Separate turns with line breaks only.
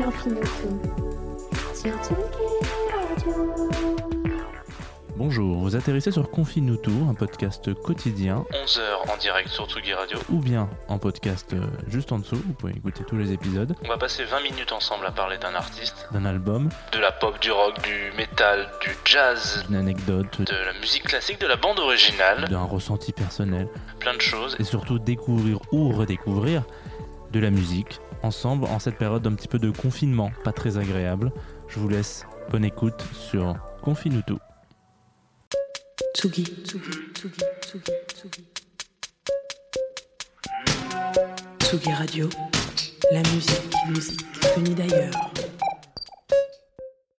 L'infinité sur Tsugi Radio.
Bonjour, vous atterrissez sur Confine-nous tout, un podcast quotidien,
11h en direct sur Tsugi Radio.
ou bien en podcast euh, juste en dessous, vous pouvez écouter tous les épisodes
On va passer 20 minutes ensemble à parler d'un artiste,
d'un album,
de la pop, du rock, du métal, du jazz,
d'une anecdote,
de la musique classique, de la bande originale,
d'un ressenti personnel,
plein de choses.
et surtout découvrir ou redécouvrir de la musique ensemble en cette période d'un petit peu de confinement, pas très agréable. Je vous laisse bonne écoute sur Confine-nous tout.
Tsugi, Tsugi, Tsugi, Tsugi, Tsugi. Tsugi Radio, la musique, musique venue d'ailleurs.